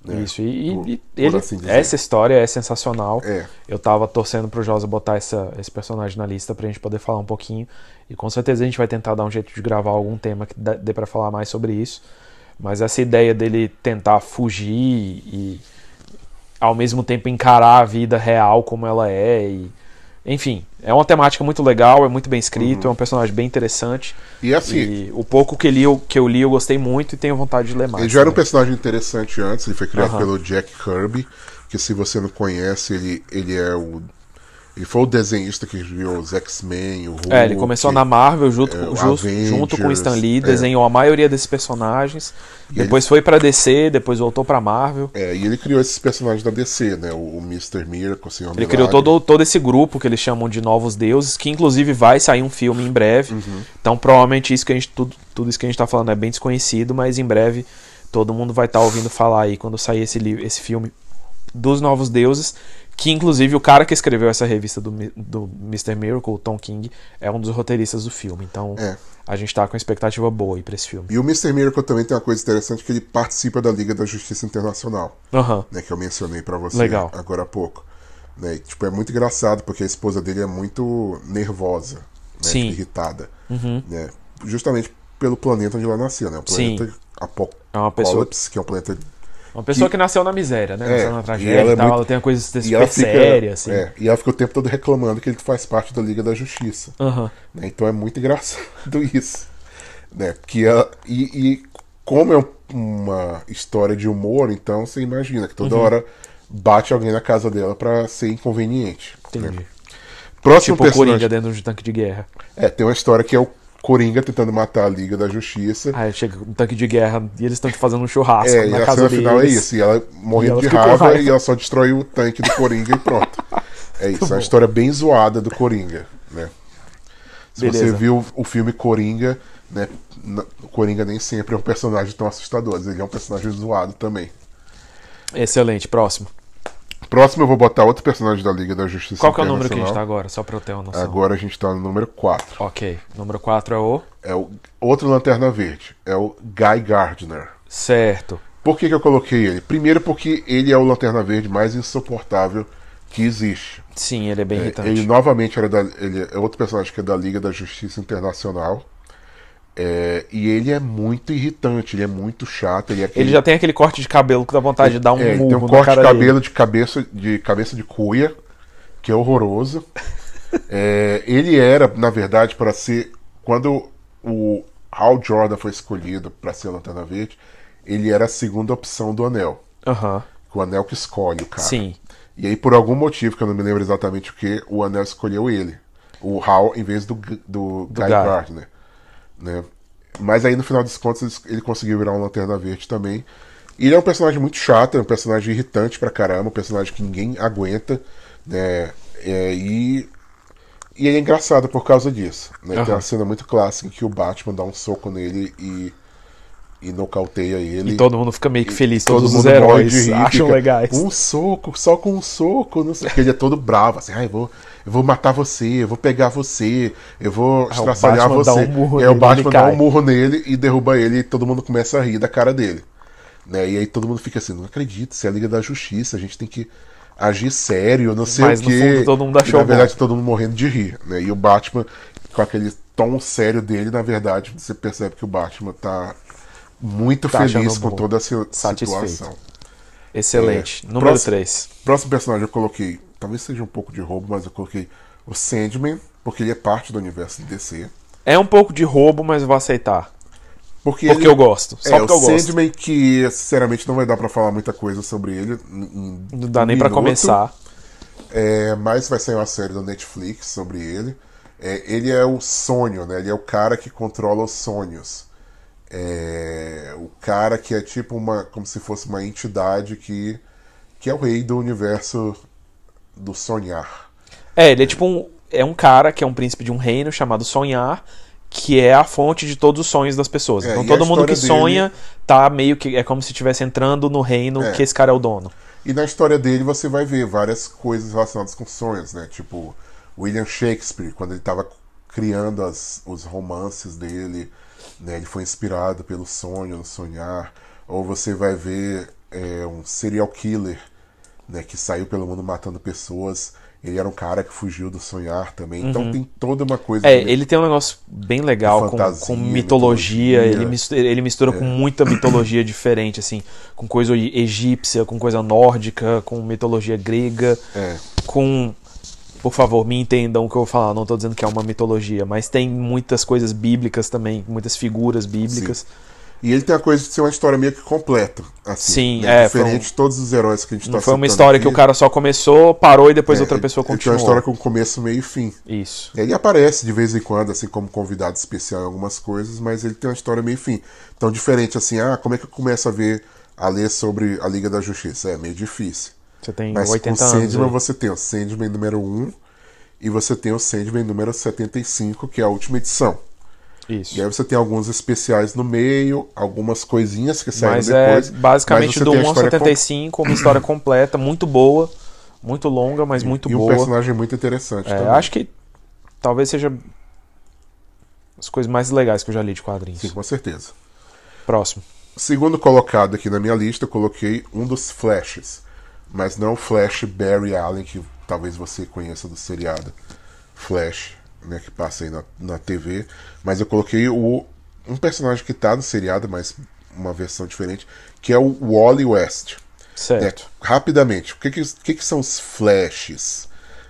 Speaker 2: né?
Speaker 1: Isso, e, e-
Speaker 2: Por-
Speaker 1: e
Speaker 2: por
Speaker 1: ele,
Speaker 2: assim dizer.
Speaker 1: essa história é sensacional.
Speaker 2: É.
Speaker 1: Eu tava torcendo pro Josa botar essa- esse personagem na lista pra gente poder falar um pouquinho. E com certeza a gente vai tentar dar um jeito de gravar algum tema que dá- dê pra falar mais sobre isso. Mas essa ideia dele tentar fugir e ao mesmo tempo encarar a vida real como ela é. e- enfim, é uma temática muito legal, é muito bem escrito, é um personagem bem interessante.
Speaker 2: Uhum. E assim,
Speaker 1: E o pouco que, li, eu- que eu li eu gostei muito e tenho vontade de ler mais.
Speaker 2: ele já era um
Speaker 1: também.
Speaker 2: personagem interessante antes, ele foi criado
Speaker 1: Aham.
Speaker 2: pelo Jack Kirby, que se você não conhece, ele, ele é o. Ele foi o desenhista que criou os X-Men, o Hulk.
Speaker 1: É, ele começou na Marvel junto,
Speaker 2: é,
Speaker 1: com-
Speaker 2: o
Speaker 1: jus- junto com o
Speaker 2: Avengers,
Speaker 1: Stan Lee,
Speaker 2: é.
Speaker 1: desenhou a maioria desses personagens.
Speaker 2: ele-
Speaker 1: depois foi pra DC, depois voltou pra Marvel.
Speaker 2: É, e ele criou esses personagens da DC, né? O, o Mr. Miracle, o Senhor
Speaker 1: Ele criou todo, todo esse grupo que eles chamam de Novos Deuses, que inclusive vai sair um filme em breve.
Speaker 2: Uhum.
Speaker 1: Então, provavelmente, isso que a gente, tudo, tudo isso que a gente tá falando é bem tá desconhecido, mas em breve todo mundo vai estar ouvindo falar aí quando sair esse, li- esse filme. dos Novos Deuses, que inclusive o cara que escreveu essa revista do, Mi- do Mr. Miracle, o Tom King, é um dos roteiristas do filme. Então
Speaker 2: É.
Speaker 1: a gente tá com uma expectativa boa aí pra esse filme.
Speaker 2: E o Mr. Miracle também tem uma coisa interessante que ele participa da Liga da Justiça Internacional.
Speaker 1: Aham.
Speaker 2: né, que eu mencionei pra você
Speaker 1: Legal.
Speaker 2: agora há pouco. Né, e, tipo, é muito engraçado, porque a esposa dele é muito nervosa, né,
Speaker 1: Sim. Uhum.
Speaker 2: fica irritada. né, justamente pelo planeta onde ela nasceu, né? O
Speaker 1: Sim.
Speaker 2: planeta
Speaker 1: É uma pessoa-
Speaker 2: Apocalipse, que é um planeta.
Speaker 1: Uma pessoa que... nasceu na miséria, né?
Speaker 2: É,
Speaker 1: nasceu na
Speaker 2: e
Speaker 1: tragédia e
Speaker 2: ela é
Speaker 1: tal,
Speaker 2: muito-
Speaker 1: ela tem uma coisa super
Speaker 2: ela fica-
Speaker 1: séria, assim.
Speaker 2: é, e ela fica o tempo todo reclamando que ele faz parte da Liga da Justiça.
Speaker 1: Aham.
Speaker 2: né, então é muito engraçado *laughs* isso. Né, porque ela, e, e como é um- uma história de humor, então você imagina que
Speaker 1: Uhum.
Speaker 2: toda hora bate alguém na casa dela pra ser inconveniente. né.
Speaker 1: Entendi.
Speaker 2: Próximo
Speaker 1: Tipo o
Speaker 2: personagem.
Speaker 1: Coringa dentro de um tanque de guerra.
Speaker 2: É, tem uma história que é o Coringa tentando matar a Liga da Justiça.
Speaker 1: Aí chega um tanque de guerra e eles estão fazendo um churrasco
Speaker 2: é, e
Speaker 1: na
Speaker 2: a
Speaker 1: casa
Speaker 2: cena
Speaker 1: deles.
Speaker 2: final é isso. E ela
Speaker 1: E ela
Speaker 2: morrendo de
Speaker 1: fica com
Speaker 2: raiva,
Speaker 1: raiva.
Speaker 2: e ela só destrói o tanque do Coringa e pronto. É isso, é uma história bem zoada do Coringa, né? Se você
Speaker 1: Beleza.
Speaker 2: viu o filme Coringa, né? n- O Coringa nem sempre é um personagem tão assustador, mas ele é um personagem zoado também.
Speaker 1: Excelente, próximo.
Speaker 2: Próximo eu vou botar outro personagem da Liga da Justiça
Speaker 1: Qual que é o número que a gente tá
Speaker 2: Internacional.
Speaker 1: agora? Só pra eu ter uma noção.
Speaker 2: Agora a gente tá no número 4.
Speaker 1: Ok. Número 4 é o.
Speaker 2: É o outro Lanterna Verde, é o Guy Gardner.
Speaker 1: Certo.
Speaker 2: Por que, que eu coloquei ele? Primeiro porque ele é o Lanterna Verde mais insuportável que existe.
Speaker 1: Sim, ele é bem irritante.
Speaker 2: Ele novamente era da, ele é outro personagem que é da Liga da Justiça Internacional. É, e ele é muito irritante, ele é muito chato. Ele, é aquele-
Speaker 1: Ele já tem aquele corte de cabelo que dá vontade de dar um
Speaker 2: é, ele
Speaker 1: murro
Speaker 2: tem um
Speaker 1: no
Speaker 2: corte
Speaker 1: cara
Speaker 2: de cabelo
Speaker 1: dele.
Speaker 2: de cabeça de cabeça de cuia, que é
Speaker 1: *laughs*
Speaker 2: horroroso. É, ele era, na verdade, para ser quando o Hal Jordan foi escolhido para ser o Lanterna Verde, ele era a segunda opção do Anel.
Speaker 1: Aham.
Speaker 2: O anel que escolhe o cara.
Speaker 1: Sim.
Speaker 2: E aí, por algum motivo, que eu não me lembro exatamente o que, o anel escolheu ele. O Hal, em vez do, G- do, Guy,
Speaker 1: Guy.
Speaker 2: Gardner. Né? Mas aí, no final dos contos, eles- ele conseguiu virar um Lanterna Verde também. E ele é um personagem muito chato, é um personagem irritante pra caramba, um personagem que ninguém aguenta. Né? É, e, e ele é engraçado por causa disso. Né? Tem
Speaker 1: Aham.
Speaker 2: uma cena muito clássica em que o Batman dá um soco nele e, e nocauteia ele.
Speaker 1: E todo mundo fica meio que feliz,
Speaker 2: Todo
Speaker 1: todos os
Speaker 2: mundo morre de
Speaker 1: heróis
Speaker 2: rir,
Speaker 1: acham
Speaker 2: fica,
Speaker 1: legais.
Speaker 2: Um soco, só com um soco, não sei. Porque ele é todo bravo, assim, ah, eu vou, eu vou matar você, eu vou pegar você, eu vou estraçalhar
Speaker 1: Ah, Batman
Speaker 2: você.
Speaker 1: dá um murro
Speaker 2: é, o
Speaker 1: nele,
Speaker 2: Batman
Speaker 1: ele
Speaker 2: dá
Speaker 1: cai.
Speaker 2: um murro nele e derruba ele e todo mundo começa a rir da cara dele. Né? E aí todo mundo fica assim, não acredito, isso é a Liga da Justiça, a gente tem que agir sério, não sei
Speaker 1: Mas,
Speaker 2: o
Speaker 1: no
Speaker 2: quê.
Speaker 1: fundo, todo mundo
Speaker 2: E,
Speaker 1: achou
Speaker 2: na verdade, todo mundo morrendo de rir. Né? E o Batman, com aquele tom sério dele, na verdade, você percebe que o Batman tá muito
Speaker 1: Tá
Speaker 2: feliz
Speaker 1: achando
Speaker 2: com
Speaker 1: bom.
Speaker 2: toda a si-
Speaker 1: Satisfeito.
Speaker 2: situação.
Speaker 1: Excelente.
Speaker 2: É.
Speaker 1: Número
Speaker 2: Próximo.
Speaker 1: 3.
Speaker 2: Próximo personagem eu coloquei, talvez seja um pouco de roubo, mas eu coloquei o Sandman, porque ele é parte do universo DC.
Speaker 1: É um pouco de roubo, mas eu vou aceitar.
Speaker 2: Porque,
Speaker 1: Porque
Speaker 2: ele-
Speaker 1: eu gosto. Só
Speaker 2: é,
Speaker 1: porque
Speaker 2: o
Speaker 1: eu gosto.
Speaker 2: Sandman que, sinceramente, não vai dar pra falar muita coisa sobre ele. um Não
Speaker 1: Não dá nem pra começar.
Speaker 2: É, mas vai sair uma série do Netflix sobre ele. É, ele é o sonho, né? Ele é o cara que controla os sonhos. É, o cara que é tipo uma, como se fosse uma entidade que, que é o rei do universo do sonhar.
Speaker 1: É, ele é tipo um. É um cara que é um príncipe de um reino chamado Sonhar, que é a fonte de todos os sonhos das pessoas.
Speaker 2: É,
Speaker 1: então
Speaker 2: e
Speaker 1: todo
Speaker 2: a
Speaker 1: mundo que
Speaker 2: história dele-
Speaker 1: sonha tá meio que. É como se estivesse entrando no reino
Speaker 2: É.
Speaker 1: que esse cara é o dono.
Speaker 2: E na história dele você vai ver várias coisas relacionadas com sonhos, né? Tipo, William Shakespeare, quando ele estava criando as- os romances dele, né? Ele foi inspirado pelo sonho, no sonhar. Ou você vai ver é, um serial killer, né? Que saiu pelo mundo matando pessoas. Ele era um cara que fugiu do sonhar também. Então tem toda uma coisa.
Speaker 1: Uhum. É,
Speaker 2: também.
Speaker 1: ele tem um negócio bem legal com,
Speaker 2: Fantasia,
Speaker 1: com mitologia.
Speaker 2: mitologia. É.
Speaker 1: Ele mistura, ele mistura com muita mitologia diferente, assim, com coisa egípcia, com coisa nórdica, com mitologia grega,
Speaker 2: É.
Speaker 1: com. Por favor, me entendam o que eu vou falar. Não tô dizendo que é uma mitologia, mas tem muitas coisas bíblicas também, muitas figuras bíblicas.
Speaker 2: E ele tem a coisa de ser uma história meio que completa. Assim,
Speaker 1: Sim,
Speaker 2: né?
Speaker 1: é, foi
Speaker 2: Diferente de todos os heróis que a gente
Speaker 1: Não
Speaker 2: tá
Speaker 1: foi uma
Speaker 2: citando
Speaker 1: história que
Speaker 2: aqui.
Speaker 1: o cara só começou, parou e depois
Speaker 2: É,
Speaker 1: outra
Speaker 2: ele-
Speaker 1: pessoa
Speaker 2: ele tem uma
Speaker 1: continuou.
Speaker 2: história com começo, meio e fim.
Speaker 1: Isso.
Speaker 2: Ele aparece de vez em quando, assim, como convidado especial em algumas coisas, mas ele tem uma história meio fim. Então, diferente assim, ah, como é que eu começo a ver, a ler sobre a Liga da Justiça? É meio difícil.
Speaker 1: Você tem
Speaker 2: Mas com o
Speaker 1: 80 anos.
Speaker 2: Sandman
Speaker 1: aí.
Speaker 2: você tem o Sandman um, número 1 e você tem o Sandman número 75, que é a última é edição.
Speaker 1: Isso.
Speaker 2: E aí você tem alguns especiais no meio, algumas coisinhas que saíram
Speaker 1: Mas
Speaker 2: depois.
Speaker 1: é basicamente
Speaker 2: mas você
Speaker 1: do
Speaker 2: tem a
Speaker 1: 1 ao
Speaker 2: história
Speaker 1: 75, uma história completa, muito boa, muito longa, mas muito
Speaker 2: e um
Speaker 1: boa.
Speaker 2: personagem muito interessante
Speaker 1: É,
Speaker 2: também.
Speaker 1: acho que talvez seja as coisas mais legais que eu já li de quadrinhos.
Speaker 2: Sim, com certeza.
Speaker 1: Próximo.
Speaker 2: Segundo colocado aqui na minha lista, eu coloquei um dos Flashes. Mas não o Flash Barry Allen, que talvez você conheça do seriado Flash, né? Que passa aí na, na TV. Mas eu coloquei o, um personagem que tá no seriado, mas uma versão diferente, que é o Wally West.
Speaker 1: Certo.
Speaker 2: É, rapidamente, o que que, o que que são os flashes?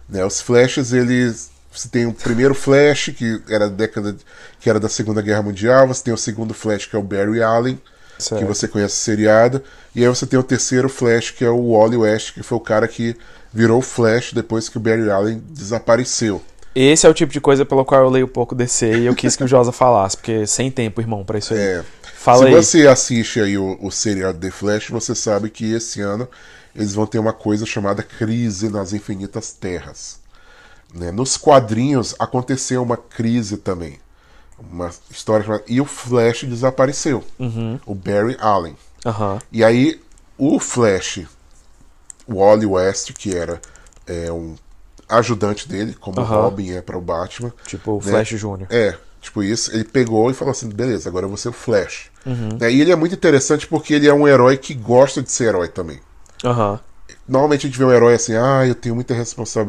Speaker 2: Né, os flashes, eles. Você tem o primeiro flash, que era, da década, que era da Segunda Guerra Mundial, você tem o segundo flash, que é o Barry Allen, que
Speaker 1: Certo.
Speaker 2: você conhece seriado, e aí você tem o terceiro flash, que é o Wally West, que foi o cara que virou o flash depois que o Barry Allen desapareceu.
Speaker 1: Esse é o tipo de coisa pelo qual eu leio pouco DC e eu quis que o Josa falasse, porque sem tempo, irmão, pra isso aí.
Speaker 2: É.
Speaker 1: Fala
Speaker 2: Se
Speaker 1: aí.
Speaker 2: você assiste aí o, o seriado The Flash, você sabe que esse ano eles vão ter uma coisa chamada Crise nas Infinitas Terras. né? Nos quadrinhos aconteceu uma crise também. Uma história chamada... E o Flash desapareceu.
Speaker 1: Uhum.
Speaker 2: O Barry Allen.
Speaker 1: Aham.
Speaker 2: E aí, o Flash, o Wally West, que era é, um ajudante dele, como o
Speaker 1: Aham.
Speaker 2: Robin é para o Batman.
Speaker 1: Tipo o
Speaker 2: né?
Speaker 1: Flash Jr.
Speaker 2: É, tipo isso. Ele pegou e falou assim: beleza, agora eu vou ser o Flash. Né, E ele é muito interessante porque ele é um herói que gosta de ser herói também.
Speaker 1: Aham.
Speaker 2: Normalmente a gente vê um herói assim: ah, eu tenho muita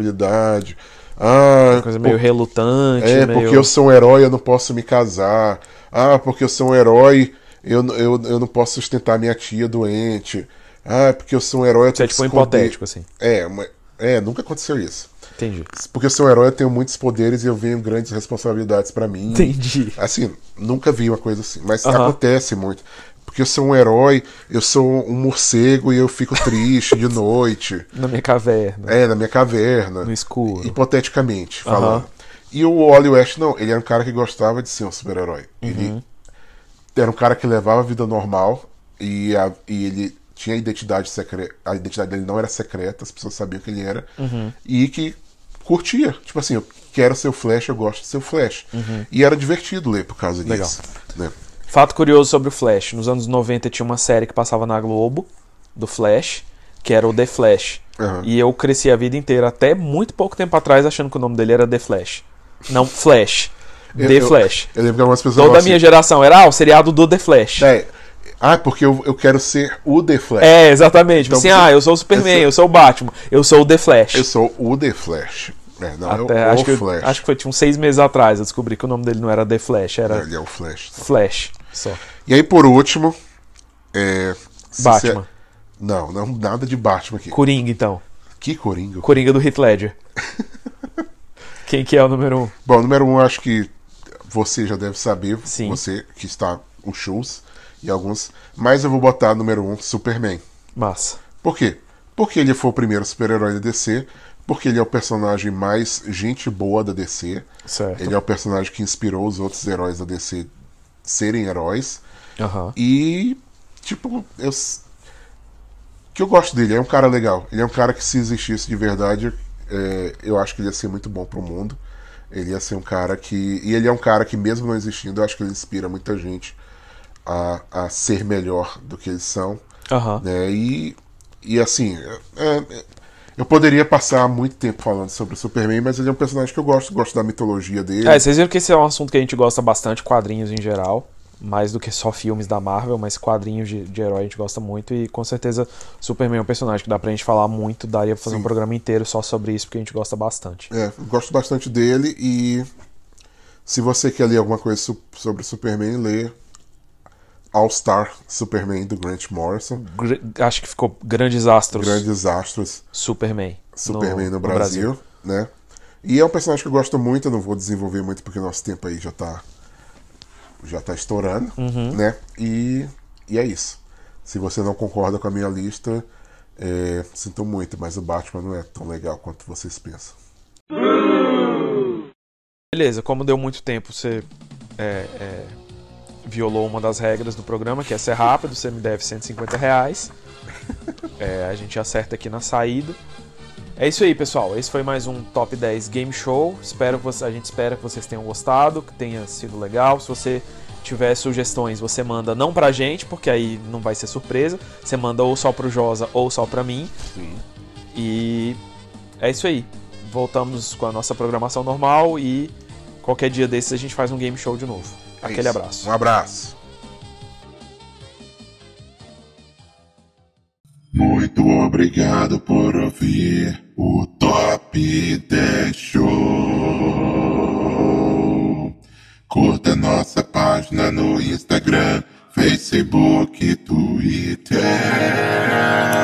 Speaker 2: responsabilidade. Ah,
Speaker 1: Coisa meio relutante,
Speaker 2: é,
Speaker 1: meio.
Speaker 2: porque eu sou um herói, eu não posso me casar. Ah, porque eu sou um herói, eu, n- eu, eu não posso sustentar minha tia doente. Ah, porque eu sou um herói, eu
Speaker 1: Isso é
Speaker 2: tenho que
Speaker 1: tipo um
Speaker 2: esconder.
Speaker 1: hipotético, assim.
Speaker 2: É, uma- é, nunca aconteceu isso.
Speaker 1: Entendi.
Speaker 2: Porque eu sou um herói, eu tenho muitos poderes e eu venho grandes responsabilidades pra mim.
Speaker 1: Entendi.
Speaker 2: Assim, nunca vi uma coisa assim, mas
Speaker 1: Aham.
Speaker 2: acontece muito. Porque eu sou um herói, eu sou um morcego e eu fico triste de *laughs* noite.
Speaker 1: Na minha caverna.
Speaker 2: É, na minha caverna.
Speaker 1: No escuro.
Speaker 2: Hipoteticamente
Speaker 1: Aham.
Speaker 2: falando. E o Wally West, não, ele era um cara que gostava de ser um super-herói.
Speaker 1: Uhum.
Speaker 2: Ele era um cara que levava a vida normal e, a- e ele tinha identidade secreta. A identidade dele não era secreta, as pessoas sabiam quem ele era.
Speaker 1: Uhum.
Speaker 2: E que curtia. Tipo assim, eu quero ser o Flash, eu gosto de ser o Flash. E era divertido ler por causa
Speaker 1: Uhum. Legal.
Speaker 2: disso. né?
Speaker 1: Fato curioso sobre o Flash. Nos anos 90 tinha uma série que passava na Globo, do Flash, que era o The Flash.
Speaker 2: Aham.
Speaker 1: E eu cresci a vida inteira, até muito pouco tempo atrás, achando que o nome dele era The Flash. Não, Flash.
Speaker 2: Eu-
Speaker 1: The
Speaker 2: eu-
Speaker 1: Flash.
Speaker 2: Eu lembro que algumas pessoas
Speaker 1: Toda a
Speaker 2: falavam
Speaker 1: minha geração era ah, o seriado do The Flash.
Speaker 2: assim, "É, Ah, porque eu, eu quero ser o The Flash.
Speaker 1: É, exatamente.
Speaker 2: Então
Speaker 1: assim,
Speaker 2: você-
Speaker 1: ah, eu sou o Superman,
Speaker 2: eu
Speaker 1: eu sou...
Speaker 2: sou-
Speaker 1: o Batman, eu sou o The Flash.
Speaker 2: Eu sou o The Flash. É, não,
Speaker 1: Até,
Speaker 2: é o, o
Speaker 1: acho, que, eu-
Speaker 2: Flash.
Speaker 1: acho que foi tinha uns seis meses atrás, eu descobri que o nome dele não era The Flash, era
Speaker 2: É, Ele é o Flash.
Speaker 1: Flash. Só.
Speaker 2: E aí, por último, é. se
Speaker 1: Batman.
Speaker 2: você- Não, não, nada de Batman aqui.
Speaker 1: Coringa, então.
Speaker 2: Que Coringa.
Speaker 1: Coringa do Heath *laughs* Ledger. Quem que é o número um?
Speaker 2: Bom, número um, acho que você já deve saber.
Speaker 1: Sim.
Speaker 2: Você que está os shows e alguns. Mas eu vou botar número um, Superman.
Speaker 1: Massa.
Speaker 2: Por quê? Porque ele foi o primeiro super-herói da DC, porque ele é o personagem mais gente boa da DC.
Speaker 1: Certo.
Speaker 2: Ele é o personagem que inspirou os outros heróis da DC serem heróis.
Speaker 1: Aham.
Speaker 2: E, tipo, eu. s- Que eu gosto dele, é um cara legal. Ele é um cara que, se existisse de verdade, é, eu acho que ele ia ser muito bom pro mundo. Ele ia ser um cara que. E ele é um cara que, mesmo não existindo, eu acho que ele inspira muita gente a, a ser melhor do que eles são.
Speaker 1: Aham.
Speaker 2: Né? E, e assim. é- é- eu poderia passar muito tempo falando sobre o Superman, mas ele é um personagem que eu gosto, gosto da mitologia dele.
Speaker 1: É, vocês viram que esse é um assunto que a gente gosta bastante, quadrinhos em geral. Mais do que só filmes da Marvel, mas quadrinhos de, de herói a gente gosta muito. E com certeza Superman é um personagem que dá pra gente falar muito. Daria pra fazer um programa inteiro só sobre isso, porque a gente gosta bastante.
Speaker 2: É, eu gosto bastante dele e se você quer ler alguma coisa su- sobre o Superman, lê All Star Superman do Grant Morrison,
Speaker 1: Gr- acho que ficou Grandes Astros
Speaker 2: Grandes Astros
Speaker 1: Superman.
Speaker 2: Superman no, Brasil, né? E é um personagem que eu gosto muito, eu não vou desenvolver muito porque nosso tempo aí já tá já tá estourando, né? E e é isso. Se você não concorda com a minha lista, é, sinto muito, mas o Batman não é tão legal quanto vocês pensam.
Speaker 1: Beleza, como deu muito tempo, você é, é, violou uma das regras do programa, que é ser rápido,
Speaker 2: *laughs*
Speaker 1: você me deve 150 reais. É, a gente acerta aqui na saída. É isso aí, pessoal. Esse foi mais um Top 10 Game Show. Espero que você- a gente espera que vocês tenham gostado, que tenha sido legal. Se você tiver sugestões, você manda não pra gente, porque aí não vai ser surpresa. Você manda ou só pro Josa ou só pra mim.
Speaker 2: Sim.
Speaker 1: E é isso aí. Voltamos com a nossa programação normal e qualquer dia desses a gente faz um game show de novo.
Speaker 2: É
Speaker 1: Aquele
Speaker 2: isso.
Speaker 1: abraço.
Speaker 2: Um abraço.
Speaker 6: Muito obrigado por ouvir o Top 10 Show. Curta nossa página no Instagram, Facebook e Twitter.